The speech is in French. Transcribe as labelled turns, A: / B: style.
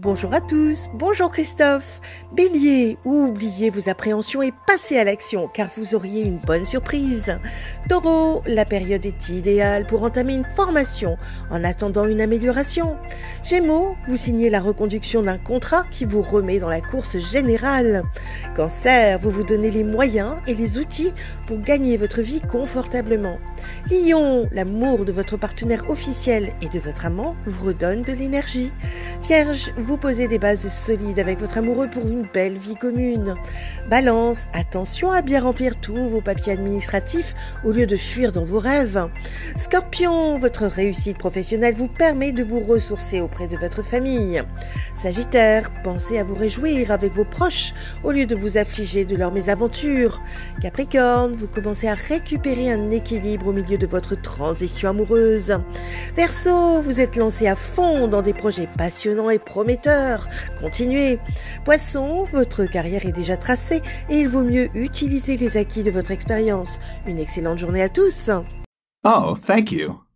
A: Bonjour à tous, bonjour Christophe. Bélier, oubliez vos appréhensions et passez à l'action car vous auriez une bonne surprise. Taureau, la période est idéale pour entamer une formation en attendant une amélioration. Gémeaux, vous signez la reconduction d'un contrat qui vous remet dans la course générale. Cancer, vous vous donnez les moyens et les outils pour gagner votre vie confortablement. Lion, l'amour de votre partenaire officiel et de votre amant vous redonne de l'énergie. Vierge, vous posez des bases solides avec votre amoureux pour une belle vie commune. Balance, attention à bien remplir tous vos papiers administratifs au lieu de fuir dans vos rêves. Scorpion, votre réussite professionnelle vous permet de vous ressourcer auprès de votre famille. Sagittaire, pensez à vous réjouir avec vos proches au lieu de vous affliger de leurs mésaventures. Capricorne, vous commencez à récupérer un équilibre au milieu de votre transition amoureuse. Verseau, vous êtes lancé à fond dans des projets passionnants et prometteurs. Continuez. Poisson, votre carrière est déjà tracée et il vaut mieux utiliser les acquis de votre expérience. Une excellente journée à tous.
B: Oh, thank you.